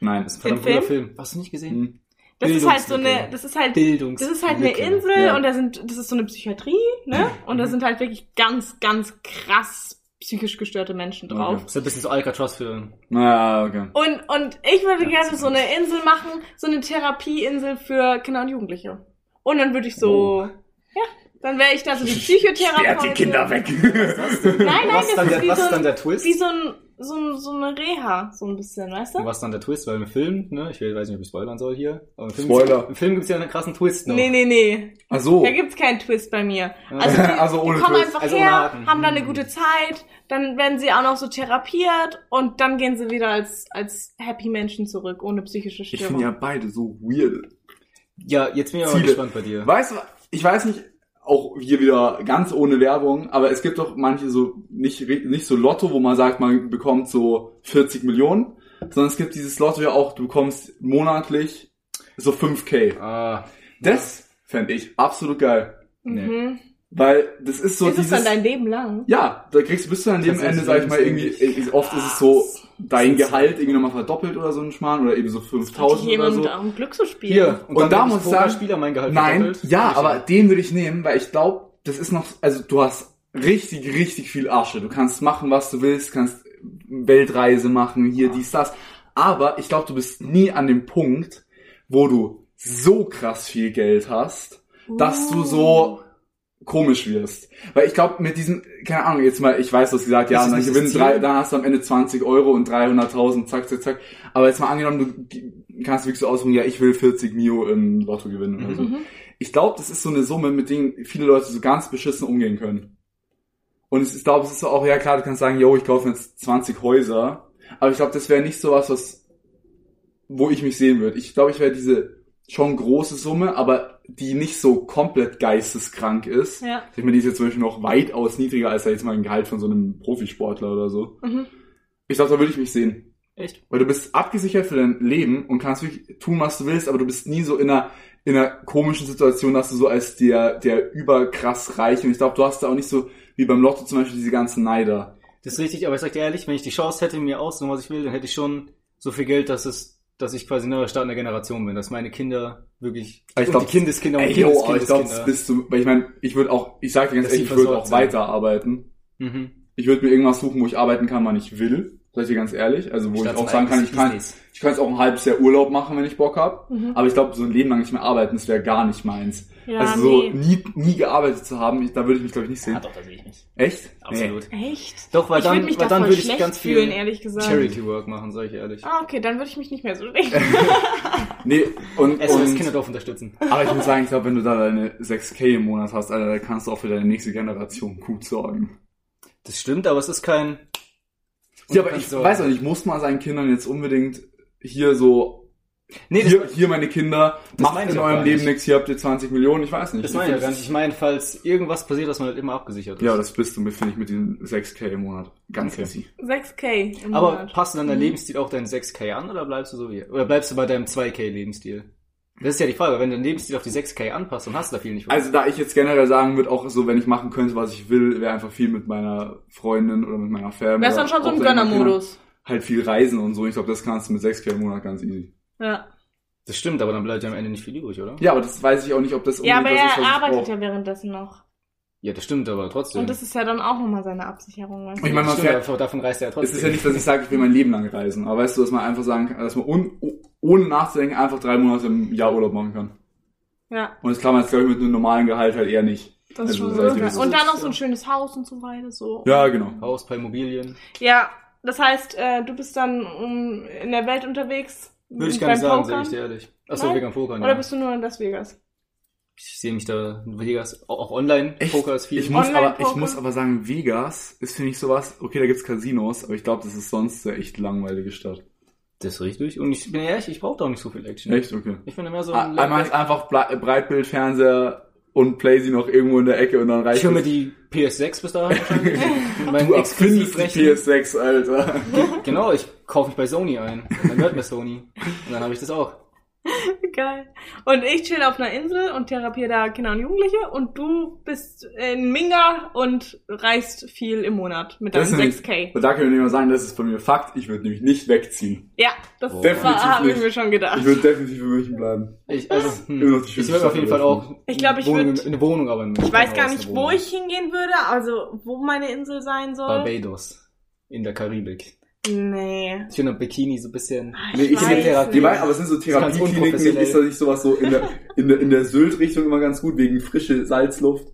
Nein. Das ist ein verdammt Den guter Film. Hast du nicht gesehen? Hm. Das ist halt so eine, Bildungslücke. das ist halt, Bildungs. das ist halt eine Insel Ja. und da sind, das ist so eine Psychiatrie, ne? Und da sind halt wirklich ganz, ganz krass psychisch gestörte Menschen drauf. Okay. Das ist ein bisschen so Alcatraz für Naja, okay. Und, und ich würde Ja, gerne das so ist- eine Insel machen, so eine Therapieinsel für Kinder und Jugendliche. Und dann würde ich so, ja, dann wäre ich da so die Sperrt Oh. die Psychotherapeutin. Kinder weg. Nein, nein, was das dann ist der, wie was so ein- dann der Twist? Wie so, ein, so, ein, so eine Reha, so ein bisschen, weißt Und du? was dann der Twist? Weil im Film, ne, ich will- weiß nicht, ob ich spoilern soll hier. Aber im Film Spoiler. Im Film gibt's ja einen krassen Twist noch. Nee, nee, nee. Ach so. Da gibt's keinen Twist bei mir. Ja. Also, die, Oh. Also Mhm. ohne die kommen Twist. einfach Also ohne her, Haken. haben da eine Hm. gute Zeit, dann werden sie auch noch so therapiert und dann gehen sie wieder als, als happy Menschen zurück, ohne psychische Ich finde Störung. ja beide so weird. Ja, jetzt bin ich aber Ziele. gespannt bei dir. Weißt du, ich weiß nicht, auch hier wieder ganz ohne Werbung, aber es gibt doch manche so, nicht, nicht so Lotto, wo man sagt, man bekommt so 40 Millionen, sondern es gibt dieses Lotto ja auch, du bekommst monatlich so 5k. Ah, Das fände ich absolut geil. nee. Mhm. Weil das ist so ist es dieses... dann dein Leben lang? ja, da kriegst du bis zu an dem Tatsächlich Ende, sag ich mal, irgendwie, ist äh, oft ist es so, Ah, dein Gehalt irgendwie nochmal verdoppelt oder so ein Schmarrn oder eben so Hat 5000 oder jemand so. darum Glück zu spielen? hier. Und da wenn muss ich sagen- Pokerspieler mein Gehalt Nein, Halt verdoppelt, ja, ich- aber den würde ich nehmen, weil ich glaube, das ist noch, also du hast richtig, richtig viel Asche. Du kannst machen, was du willst, kannst Weltreise machen, hier, dies, das. Aber ich glaube, du bist nie an dem Punkt, wo du so krass viel Geld hast, dass du so komisch wirst. Weil ich glaube, mit diesem, keine Ahnung, jetzt mal, ich weiß, du hast gesagt, ja, Ist es und dann nicht gewinnen das Ziel? drei, dann hast du am Ende 20 Euro und 300.000, zack, zack, zack. Aber jetzt mal angenommen, du g- kannst wirklich so ausruhen, ja, ich will 40 Mio im Lotto gewinnen oder Mhm. so. Ich glaube, das ist so eine Summe, mit denen viele Leute so ganz beschissen umgehen können. Und es- ich glaube, es ist so auch, ja klar, du kannst sagen, yo, ich kaufe mir jetzt 20 Häuser. Aber ich glaube, das wäre nicht so was, was, wo ich mich sehen würde. Ich glaube, ich wäre diese schon große Summe, aber die nicht so komplett geisteskrank ist. Ja. Ich meine, die ist jetzt zum Beispiel noch weitaus niedriger als da jetzt mal ein Gehalt von so einem Profisportler oder so. Mhm. Ich glaube, da würde ich mich sehen. Echt? Weil du bist abgesichert für dein Leben und kannst wirklich tun, was du willst, aber du bist nie so in einer, in einer komischen Situation, dass du so als der, der überkrass reich und ich glaube, du hast da auch nicht so, wie beim Lotto zum Beispiel, diese ganzen Neider. Das ist richtig, aber ich sag dir ehrlich, wenn ich die Chance hätte, mir auszunehmen, was ich will, dann hätte ich schon so viel Geld, dass es, dass ich quasi neuer Start in der Generation bin, dass meine Kinder wirklich, Aber ich und glaub, die Kindeskinder und Ey, yo, aber ich glaube, Kindeskinder. das bist du, weil ich meine, ich würde auch, ich sag dir ganz Dass sie ehrlich, ich würde auch versorgt sind. weiterarbeiten. mhm. Ich würde mir irgendwas suchen, wo ich arbeiten kann, wann ich will. Sag ich dir ganz ehrlich. Also, wo Statt ich auch zum sagen kann, ich eigentlichen kann, Disneys. ich kann jetzt auch ein halbes Jahr Urlaub machen, wenn ich Bock habe. Mhm. Aber ich glaube, so ein Leben lang nicht mehr arbeiten, das wäre gar nicht meins. Ja, also so nee. nie, nie gearbeitet zu haben, ich, da würde ich mich, glaube ich, nicht sehen. Ja, doch, das sehe ich nicht. Echt? Absolut. Echt? Doch, weil ich dann, würde mich weil da dann voll würde ich schlecht ganz viel fühlen, ehrlich gesagt. Charity Work machen, sag ich ehrlich. Ah, okay, dann würde ich mich nicht mehr so schlecht. Nee. Nee, und, SOS und Kinderdorf unterstützen. aber ich muss sagen, ich glaube, wenn du da deine 6K im Monat hast, Alter, da kannst du auch für deine nächste Generation gut sorgen. Das stimmt, aber es ist kein. Ja, aber ich weiß auch nicht, muss man seinen Kindern jetzt unbedingt hier so, Nee, das, hier, hier meine Kinder, macht meine in ich auch eurem gar Leben nicht. nichts, hier habt ihr 20 Millionen, ich weiß nicht. das meine ich ja gar nicht. Ich meine, falls irgendwas passiert, dass man halt immer abgesichert ist. Ja, das bist du mit, finde ich, mit den 6K im Monat. Ganz Okay. easy. 6k. Im aber Monat. passt dann dein Lebensstil auch deinen 6K an oder bleibst du so wie? Oder bleibst du bei deinem 2K-Lebensstil? Das ist ja die Frage, wenn dein Lebensstil auf die 6K anpasst, dann hast du da viel nicht von. Also da ich jetzt generell sagen würde, auch so, wenn ich machen könnte, was ich will, wäre einfach viel mit meiner Freundin oder mit meiner Family. Wärst dann schon oder so auch ein mit meinen Gönnermodus. Kindern. Halt viel reisen und so. Ich glaube, das kannst du mit 6K im Monat ganz easy. Ja. das stimmt, aber dann bleibt ja am Ende nicht viel übrig, oder? Ja, aber das weiß ich auch nicht, ob das Ja, aber das er was ich arbeitet brauche. ja währenddessen noch. Ja, das stimmt, aber trotzdem. Und das ist ja dann auch nochmal seine Absicherung. Weißt Ich du? meine, man stimmt, fährt, aber davon reist er ja es trotzdem. ist ja nicht, dass ich sage, ich will mein Leben lang reisen. Aber weißt du, dass man einfach sagen kann, dass man un, ohne nachzudenken einfach drei Monate im Jahr Urlaub machen kann. Ja, Und das kann man jetzt, glaube ich, mit einem normalen Gehalt halt eher nicht. das ist Also, schon sag ich so. dir, Ja. das Und ist- dann noch so ein schönes Haus und so weiter. So. Ja, genau. Haus, paar Hm, Immobilien. Ja, das heißt, äh, du bist dann um, in der Welt unterwegs. Würde ich beim gar nicht sagen, sag Pokern? ich dir ehrlich. Achso, Nein? wegen am Pokern. Oder Ja. bist du nur in Las Vegas? Ich sehe mich da in Vegas, auch auch online. Echt? Poker ist viel. Ich muss, Online-Poker? aber, ich muss aber sagen, Vegas ist, finde ich, sowas. Okay, da gibt's Casinos, aber ich glaube, das ist sonst eine echt langweilige Stadt. das ist richtig. Und ich bin ehrlich, ich brauche da auch nicht so viel Action. Echt? Okay. Ich bin da mehr so Ah, ein Einmal ist einfach Ble- Breitbild, Fernseher und play sie noch irgendwo in der Ecke und dann reicht Ich höre mir es. die PS6 bis dahin wahrscheinlich. Mit meinen Du erfindest die Exklusivrechten. PS6, Alter. Genau, ich kaufe mich bei Sony ein. Und dann gehört mir Sony. Und dann habe ich das auch. Geil. Und ich chill auf einer Insel und therapiere da Kinder und Jugendliche und du bist in Minga und reist viel im Monat mit deinen Das ist 6k. Und da können wir nicht mal sagen, das ist bei mir Fakt. Ich würde nämlich nicht wegziehen. Ja, das Oh. war- Definitiv habe ich nicht. mir schon Ich gedacht. würde definitiv in München bleiben. Ich, also, Immer hm, noch die ich schönste würde auf jeden Stadt Fall der Welt. auch Ich glaub, ich Wohnung, würd- eine Wohnung, aber Ich weiß gar nicht, wo ich hingehen würde, also wo meine Insel sein soll. Barbados. In der Karibik. Nee. Ich finde Bikini so ein bisschen... Ach, Nee, ich Ah, weiß sehe Therapie. Die nicht. meinen, aber es sind so ganz Therapiekliniken, unprofessionell. ist da nicht sowas so in der, in der, in der Sylt-Richtung immer ganz gut, wegen frische Salzluft.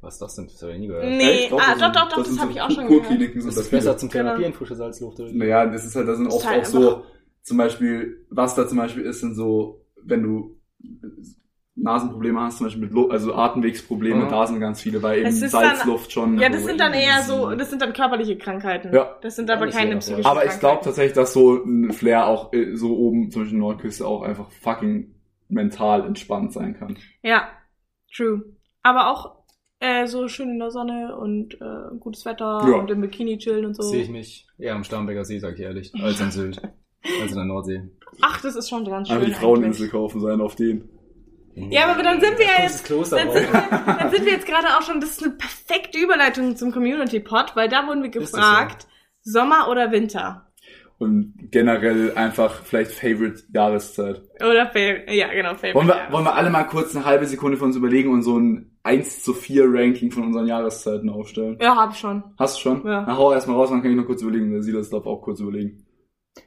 Was ist das denn? Das habe ich nie gehört. Nee, Echt? Doch, ah, das doch, sind- doch, doch, das das, sind habe so ich auch schon gehört. Kurkliniken Das sind ist das besser viele. zum Genau. Therapieren, frische Salzluft. oder? Naja, das ist halt, da sind Ist oft halt auch so, zum Beispiel, was da zum Beispiel ist, sind so, wenn du Nasenprobleme hast, zum Beispiel mit, Lu- also Atemwegsprobleme, Mhm. da sind ganz viele, weil eben Es ist dann- Salzluft schon. Ja, das sind dann eher easy. so, das sind dann körperliche Krankheiten. Ja. Das sind aber Ja, das keine wäre doch psychischen aber ich glaube Krankheiten. tatsächlich, dass so ein Flair auch äh, so oben, zum Beispiel Nordküste, auch einfach fucking mental entspannt sein kann. Ja, true. Aber auch äh, so schön in der Sonne und äh, gutes Wetter Ja. und im Bikini chillen und so. Sehe ich mich eher am Starnberger See, sag ich ehrlich, als in Sylt, als in der Nordsee. Ach, das ist schon ganz schön. Einfach die eigentlich. Fraueninsel kaufen sein auf den. Ja, aber dann sind wir ja Großes jetzt- Kloster Dann sind, brauchen. wir, dann sind wir jetzt gerade auch schon, das ist eine perfekte Überleitung zum Community Pod, weil da wurden wir Ist das so? gefragt, Sommer oder Winter? Und generell einfach vielleicht Favorite Jahreszeit. Oder Favorite, ja genau, Favorite. Wollen wir, ja. wollen wir alle mal kurz eine halbe Sekunde für uns überlegen und so ein 1 zu 4 Ranking von unseren Jahreszeiten aufstellen? ja, hab ich schon. Hast du schon? Ja. Na, hau erstmal raus, dann kann ich noch kurz überlegen. Der Silas darf auch kurz überlegen.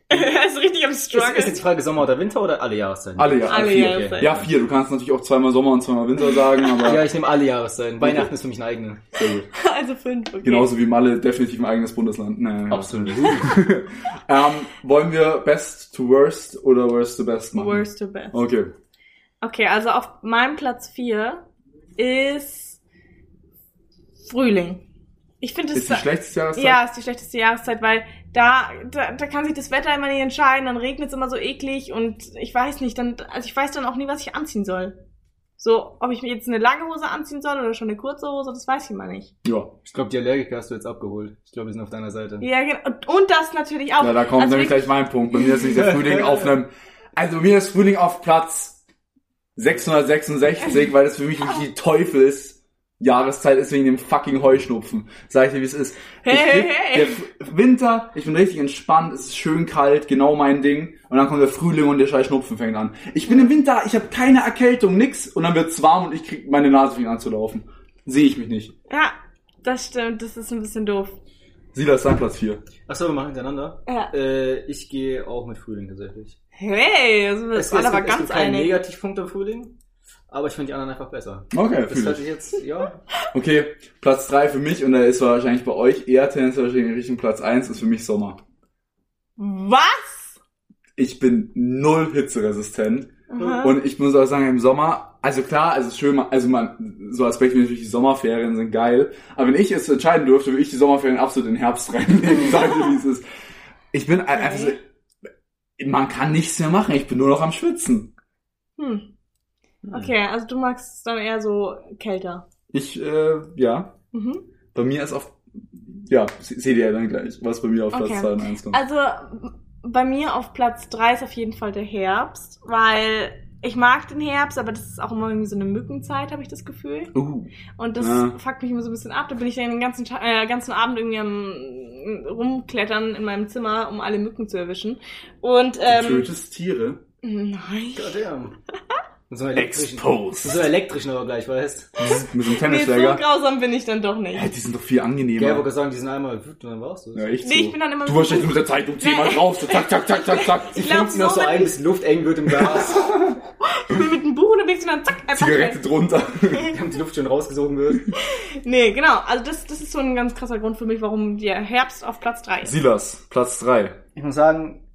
er ist Also richtig am Ist, Struggle. ist jetzt die Frage Sommer oder Winter oder alle Jahreszeiten? Alle Jahre. Alle vier. Jahreszeiten. Ja, vier. Du kannst natürlich auch zweimal Sommer und zweimal Winter sagen, aber Ja, ich nehme alle Jahreszeiten. Weihnachten ist für mich eine eigene. sehr gut. also fünf, okay. Genau genauso wie Malle definitiv ein eigenes Bundesland. Naja, ja. Absolut. ähm, wollen wir Best to Worst oder Worst to Best machen? Worst to best. Okay. Okay, also auf meinem Platz 4 ist Frühling. Ich finde es Ist die schlechteste Jahreszeit? ja, ist die schlechteste Jahreszeit, weil da, da da kann sich das Wetter immer nicht entscheiden, dann regnet es immer so eklig und ich weiß nicht, dann also ich weiß dann auch nie, was ich anziehen soll. So, ob ich mir jetzt eine lange Hose anziehen soll oder schon eine kurze Hose, das weiß ich immer nicht. Ja. Ich glaube, die Allergiker hast du jetzt abgeholt. Ich glaube, die sind auf deiner Seite. Ja, genau. Und, und das natürlich auch. Ja, da kommt Also nämlich wirklich- gleich mein Punkt. Bei mir ist nämlich der Frühling auf einem, also bei mir ist Frühling auf Platz 666, weil das für mich wirklich die Teufel ist. Jahreszeit ist wegen dem fucking Heuschnupfen. Sag ich dir, wie es ist. Ich Hey, krieg- hey, hey. Der F- Winter, ich bin richtig entspannt, es ist schön kalt, genau mein Ding. Und dann kommt der Frühling und der scheiß Schnupfen fängt an. Ich bin im Winter, ich habe keine Erkältung, nix. Und dann wird's warm und ich krieg meine Nase fängt an zu laufen. Sehe ich mich nicht. Ja, das stimmt, das ist ein bisschen doof. Silas, sag Platz 4. Achso, wir machen hintereinander. Ja. Äh, ich gehe auch mit Frühling tatsächlich. Hey, das ist alle aber es gibt ganz keinen einig. Negativpunkt am Frühling, aber ich finde die anderen einfach besser. Okay, Das fühl ich. hatte ich jetzt, ja. Okay, Platz 3 für mich und da ist wahrscheinlich bei euch eher tendenziell in Richtung Platz 1 ist für mich Sommer. Was? Ich bin null hitzeresistent. Aha. Und ich muss auch sagen, im Sommer, also klar, es ist schön, ma- also man, so Aspekte wie natürlich die Sommerferien sind geil, aber wenn ich es entscheiden dürfte, würde ich die Sommerferien absolut in den Herbst reinlegen, sage ich, wie es ist. Ich bin ein- einfach so, man kann nichts mehr machen, ich bin nur noch am Schwitzen. Hm. Okay, also du magst es dann eher so kälter. Ich, äh, ja, Mhm. bei mir ist auf, ja, se- seht ihr ja dann gleich, was bei mir auf Platz Okay. 2 und 1 kommt. Also m- bei mir auf Platz 3 ist auf jeden Fall der Herbst, weil ich mag den Herbst, aber das ist auch immer irgendwie so eine Mückenzeit, habe ich das Gefühl. Uh, Und das Ja. fuckt mich immer so ein bisschen ab. Da bin ich dann den ganzen, Ta- äh, ganzen Abend irgendwie am rumklettern in meinem Zimmer, um alle Mücken zu erwischen. Und ähm, ähm, Tiere. nein. God damn. Mit so einem elektrischen, mit so Exposed. Mhm. einem elektrischen aber gleich, weißt du? Mit so einem Nee, so Tennisschläger. grausam bin ich dann doch Ja, nicht. die sind doch viel Ja, ich wollte angenehmer. gerade sagen, die sind einmal wütend und dann warst du Ja, es. echt Nee, so. ich bin dann immer Du so- warst jetzt mit der Zeitung zehnmal drauf, so zack, zack, zack, zack, zack. Ich Die glaub, funken noch so so ein, bis die Luft eng wird im Glas Ich bin mit einem Buch unterwegs und dann zack, einfach Zigarette drunter. und die Luft schon rausgesogen wird. Nee, genau. Also das, das ist so ein ganz krasser Grund für mich, warum der Herbst auf Platz 3 ist. Silas, Platz 3. Ich muss sagen,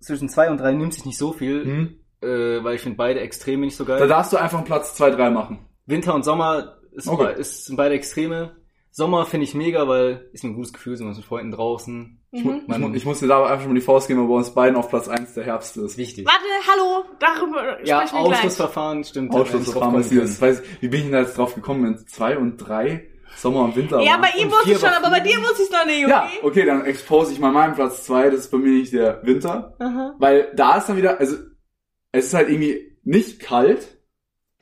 zwischen zwei und drei nimmt sich nicht so viel, Hm? äh, weil ich finde beide Extreme nicht so geil. Da darfst du einfach einen Platz 2, 3 Mhm. machen. Winter und Sommer ist, Okay. be- ist sind beide Extreme. Sommer finde ich mega, weil ist ein gutes Gefühl, sind wir mit Freunden draußen. Ich, mu- Mhm. ich, mu- ich muss dir da einfach schon mal die Faust geben, weil bei uns beiden auf Platz 1 der Herbst ist. Ist wichtig. Warte, hallo, darüber Ja, sprechen wir gleich. Ausschlussverfahren, stimmt. Ausschlussverfahren hätten wir passiert. nicht Ich drauf weiß, wie bin ich denn da jetzt drauf gekommen, wenn 2 und 3 Sommer und Winter Ja, waren? bei ihm Und wusste ne? Um vier ich schon, war aber bei dir Frühling. wusste ich es noch nicht, okay? Ja, okay, dann expose ich mal meinen Platz 2, das ist bei mir nicht der Winter. Aha. Weil da ist dann wieder, also es ist halt irgendwie nicht kalt,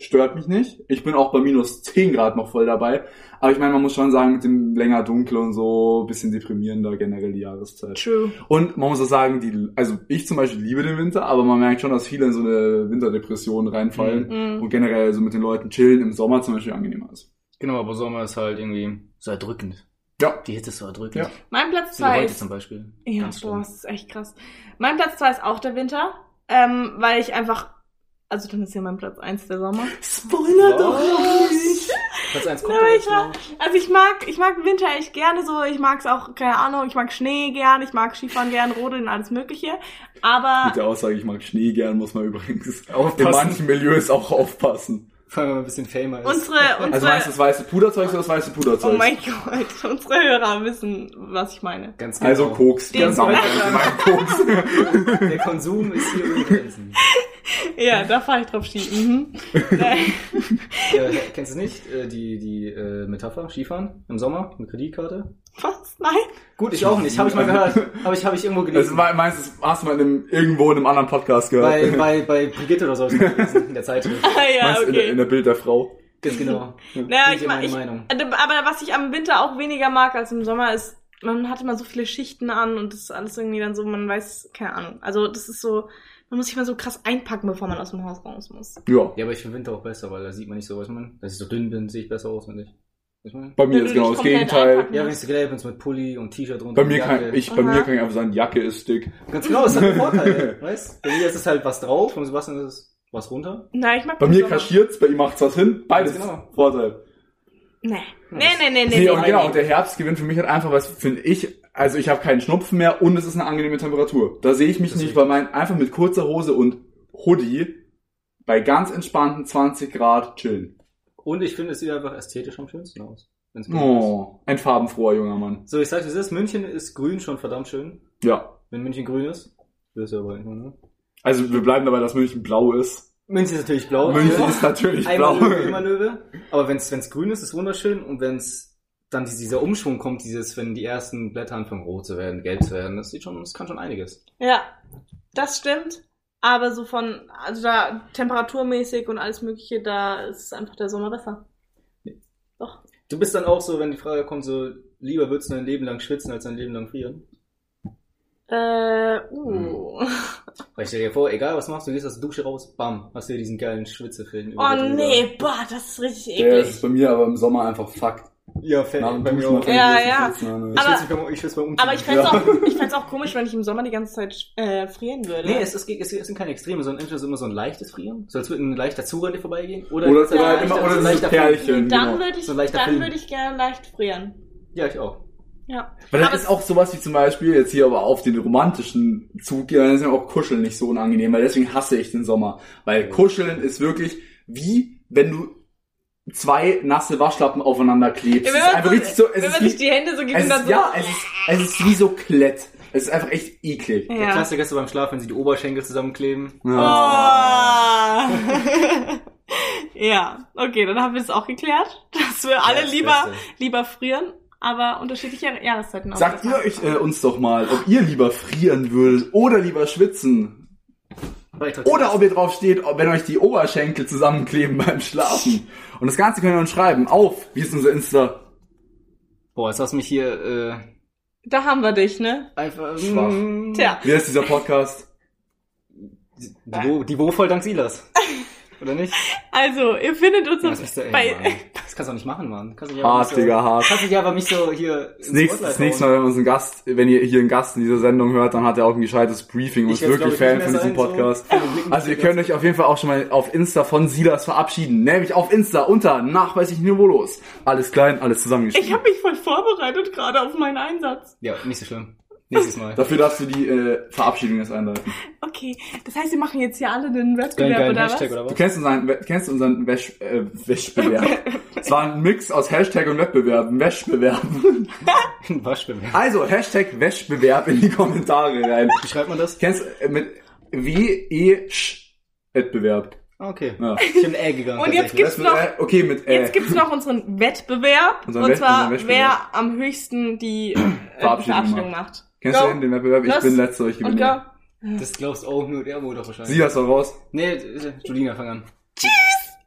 stört mich nicht. Ich bin auch bei minus 10 Grad noch voll dabei. Aber ich meine, man muss schon sagen, mit dem länger dunkel und so, bisschen deprimierender generell die Jahreszeit. True. Und man muss auch sagen, die, also ich zum Beispiel liebe den Winter, aber man merkt schon, dass viele in so eine Winterdepression reinfallen. Mhm. Und generell so mit den Leuten chillen im Sommer zum Beispiel angenehmer ist. kommen. Genau, aber Sommer ist halt irgendwie so erdrückend. Ja. Die Hitze ist so erdrückend. Ja. Mein Platz So wie 2 heute ist... zum Beispiel. Ja, Ganz boah, schlimm. das ist echt krass. Mein Platz 2 ist auch der Winter, ähm, weil ich einfach... Also dann ist ja mein Platz 1 der Sommer. Spoiler doch nicht! Platz 1 Na, kommt ich war- Also ich mag, ich mag Winter echt gerne so. Ich mag's auch, keine Ahnung, ich mag Schnee gern, ich mag Skifahren gern, Rodeln, alles mögliche. Aber Mit der Aussage, ich mag Schnee gern, muss man übrigens in Aufpassen. manchen Milieus auch aufpassen. Vor allem, wenn man ein bisschen famer ist. unsere, Also unsere, meinst du das weiße Puderzeug oder das weiße oh Puderzeug? mein Gott, unsere Hörer wissen, was ich meine. Ganz genau. also Koks, Den ganz Koks. einfach. Ich meine Koks. Der Konsum ist hier ohne Grenzen. Ja, da fahre ich drauf Ski. Mhm. äh, kennst du nicht äh, die, die äh, Metapher? Skifahren im Sommer mit Kreditkarte? Was? Nein? Gut, ich auch nicht. Habe ich mal gehört. Habe ich, hab ich irgendwo Also gelesen. me- meinst du, das hast du mal in einem, irgendwo in einem anderen Podcast gehört? bei, bei, bei Brigitte oder so habe ich mal gelesen in der Zeitschrift. Ah, ja, meinst du in, der- in okay. der Bild der Frau? Ganz genau. Naja, Bin ich, mag- dir meine ich, äh, Meinung. aber was ich am Winter auch weniger mag als im Sommer ist, man hat immer so viele Schichten an und das ist alles irgendwie dann so, man weiß, keine Ahnung. Also das ist so, man muss sich mal so krass einpacken, bevor man aus dem Haus raus muss. Ja. Ja, aber ich finde Winter auch besser, weil da sieht man nicht so, was man. Dass ich so dünn bin, sehe ich besser aus, finde ich. Was meine? Bei Wenn mir du ist genau dich das komplett Gegenteil. einpacken- Ja, wenn ich so gelb bin, so mit Pulli und T-Shirt drunter. Bei und mir Jacke. kann ich, bei mir Aha. kann ich einfach sagen, Jacke ist dick. Ganz genau, das hat einen Vorteil, weißt du? Bei mir ist es halt was drauf, und Sebastian ist es was runter. Nein, ich mag Bei den mir Sommer. kaschiert's, bei ihm macht's was hin. Beides Genau. Vorteil. Nee. Nee, nee, Hm. nee, nee. Nee, nee, und genau, und der Herbst gewinnt für mich halt einfach, was finde ich, also ich habe keinen Schnupfen mehr und es ist eine angenehme Temperatur. Da sehe ich mich Das nicht, ist weil mein einfach mit kurzer Hose und Hoodie bei ganz entspannten 20 Grad chillen. Und ich finde, es sieht einfach ästhetisch am schönsten aus. wenn's grün Oh, ein farbenfroher junger Mann. ist. So, ich sag dir, es ist, München ist grün schon verdammt schön. Ja. Wenn München grün ist, das ist ja aber nicht mehr, ne? Also wir bleiben dabei, dass München blau ist. München ist natürlich blau. München ist natürlich Einmal blau. Löwe, immer Löwe. Aber wenn es grün ist, ist wunderschön. Und wenn es dann dies- dieser Umschwung kommt, dieses, wenn die ersten Blätter anfangen rot zu werden, gelb zu werden, das sieht schon, das kann schon einiges. Ja, das stimmt. Aber so von, also da temperaturmäßig und alles mögliche, da ist einfach der Sommer besser. Du bist dann auch so, wenn die Frage kommt, so, lieber würdest du dein Leben lang schwitzen, als dein Leben lang frieren? Äh, Hm. uh. Weil ich stell dir vor, egal was machst, du gehst aus der Dusche raus, bam, hast du diesen geilen Schwitzefilm Oh der drüber. nee, boah, das ist richtig Der ist eklig. bei mir aber im Sommer einfach Fakt. Ja, fair. Nach dem bei mir Duschen auch. auf jeden Ich Ja, Fall ja. sitzen, ne? Aber- schwitze mich beim- ich schwitze beim Umziehen. Aber ich fänd's Ja. auch, ich fänd's auch komisch, wenn ich im Sommer die ganze Zeit äh, frieren würde. Nee, es, ist, es, es sind keine Extreme, sondern entweder ist immer so ein leichtes Frieren, so als würde ein leichter Zugang dir vorbeigehen, oder, Oder es so ein war halt leichter- immer, oder es so ein ist leichter ein Perlchen. dann genau. würde ich, So ein leichter dann Film. würde ich gerne leicht frieren. Frieren. Ja, ich auch. Ja. Weil dann Aber ist auch sowas wie zum Beispiel, jetzt hier aber auf den romantischen Zug, ja, dann ist mir auch Kuscheln nicht so unangenehm, weil deswegen hasse ich den Sommer. Weil Kuscheln ist wirklich wie, wenn du zwei nasse Waschlappen aufeinander klebst. Wenn es ist man, einfach so, richtig so, es wenn ist, man sich wie, die Hände so gibt es und dann ist so. ja, es ist, es ist wie so Klett. Es ist einfach echt eklig. Ja. Der Klassiker ist so beim Schlafen, wenn sie die Oberschenkel zusammenkleben. Oh. ja, okay, dann haben wir es auch geklärt, dass wir alle das lieber, Beste. lieber frieren, aber unterschiedliche Jahreszeiten auch. Sagt ihr euch, äh, uns doch mal, ob ihr lieber frieren würdet oder lieber schwitzen. Oder ob ihr drauf steht, ob- wenn euch die Oberschenkel zusammenkleben beim Schlafen. Und das Ganze könnt ihr uns schreiben. Auf, wie ist unser Insta? Boah, jetzt hast du mich hier äh, Da haben wir dich, ne? einfach... Schwach. mm, Tja. Wie heißt dieser Podcast? Die, Wo- die Wo voll dank Silas. Oder nicht? Also, ihr findet uns Das, ist auf, ja, ey, Mann. bei, das kannst du auch nicht machen, Mann. Kannst du nicht Hart, Digga, hart. Kannst du dich aber nicht so hier... Das nächste, das nächste Mal, wenn, wir uns einen Gast, wenn ihr hier einen Gast in dieser Sendung hört, dann hat er auch ein gescheites Briefing und ist wirklich Fan von diesem Podcast. Also ihr könnt euch auf jeden Fall auch schon mal auf Insta von Silas verabschieden. Nämlich auf Insta unter nachweislich Nivolos. Alles klein, alles ich zusammengeschrieben. habe mich voll vorbereitet gerade auf meinen Einsatz. Ja, nicht so schlimm. Nächstes Mal. Dafür darfst du die äh, Verabschiedung jetzt einleiten. Okay, das heißt, wir machen jetzt hier alle den Geilen, Wettbewerb geilen oder Hashtag was? oder Du was? kennst unseren, kennst du unseren Wäsch, äh, Wäschbewerb. es war ein Mix aus Hashtag und Wettbewerb. Ein Wäschbewerb. Ein Waschbewerb. Also, Hashtag Wäschbewerb in die Kommentare rein. Wie schreibt man das? Kennst äh, mit W-E-Sch-Wettbewerb. Ah, okay. Ja. Ich bin L gegangen. Und jetzt tatsächlich. gibt's noch, Äh, okay, mit äh, jetzt gibt's noch unseren Wettbewerb. Unseren und Wett- zwar, unseren Wettbewerb. wer am höchsten die äh, Verabschiedung Verabschiedung macht. Kennst Go. du den, den Wettbewerb? Ich Los. bin letzter, ich Und go. gewinne. Das glaubst auch nur der Mo doch wahrscheinlich. Sieh das doch raus. Nee, äh, Julina, fang an. Tschüss!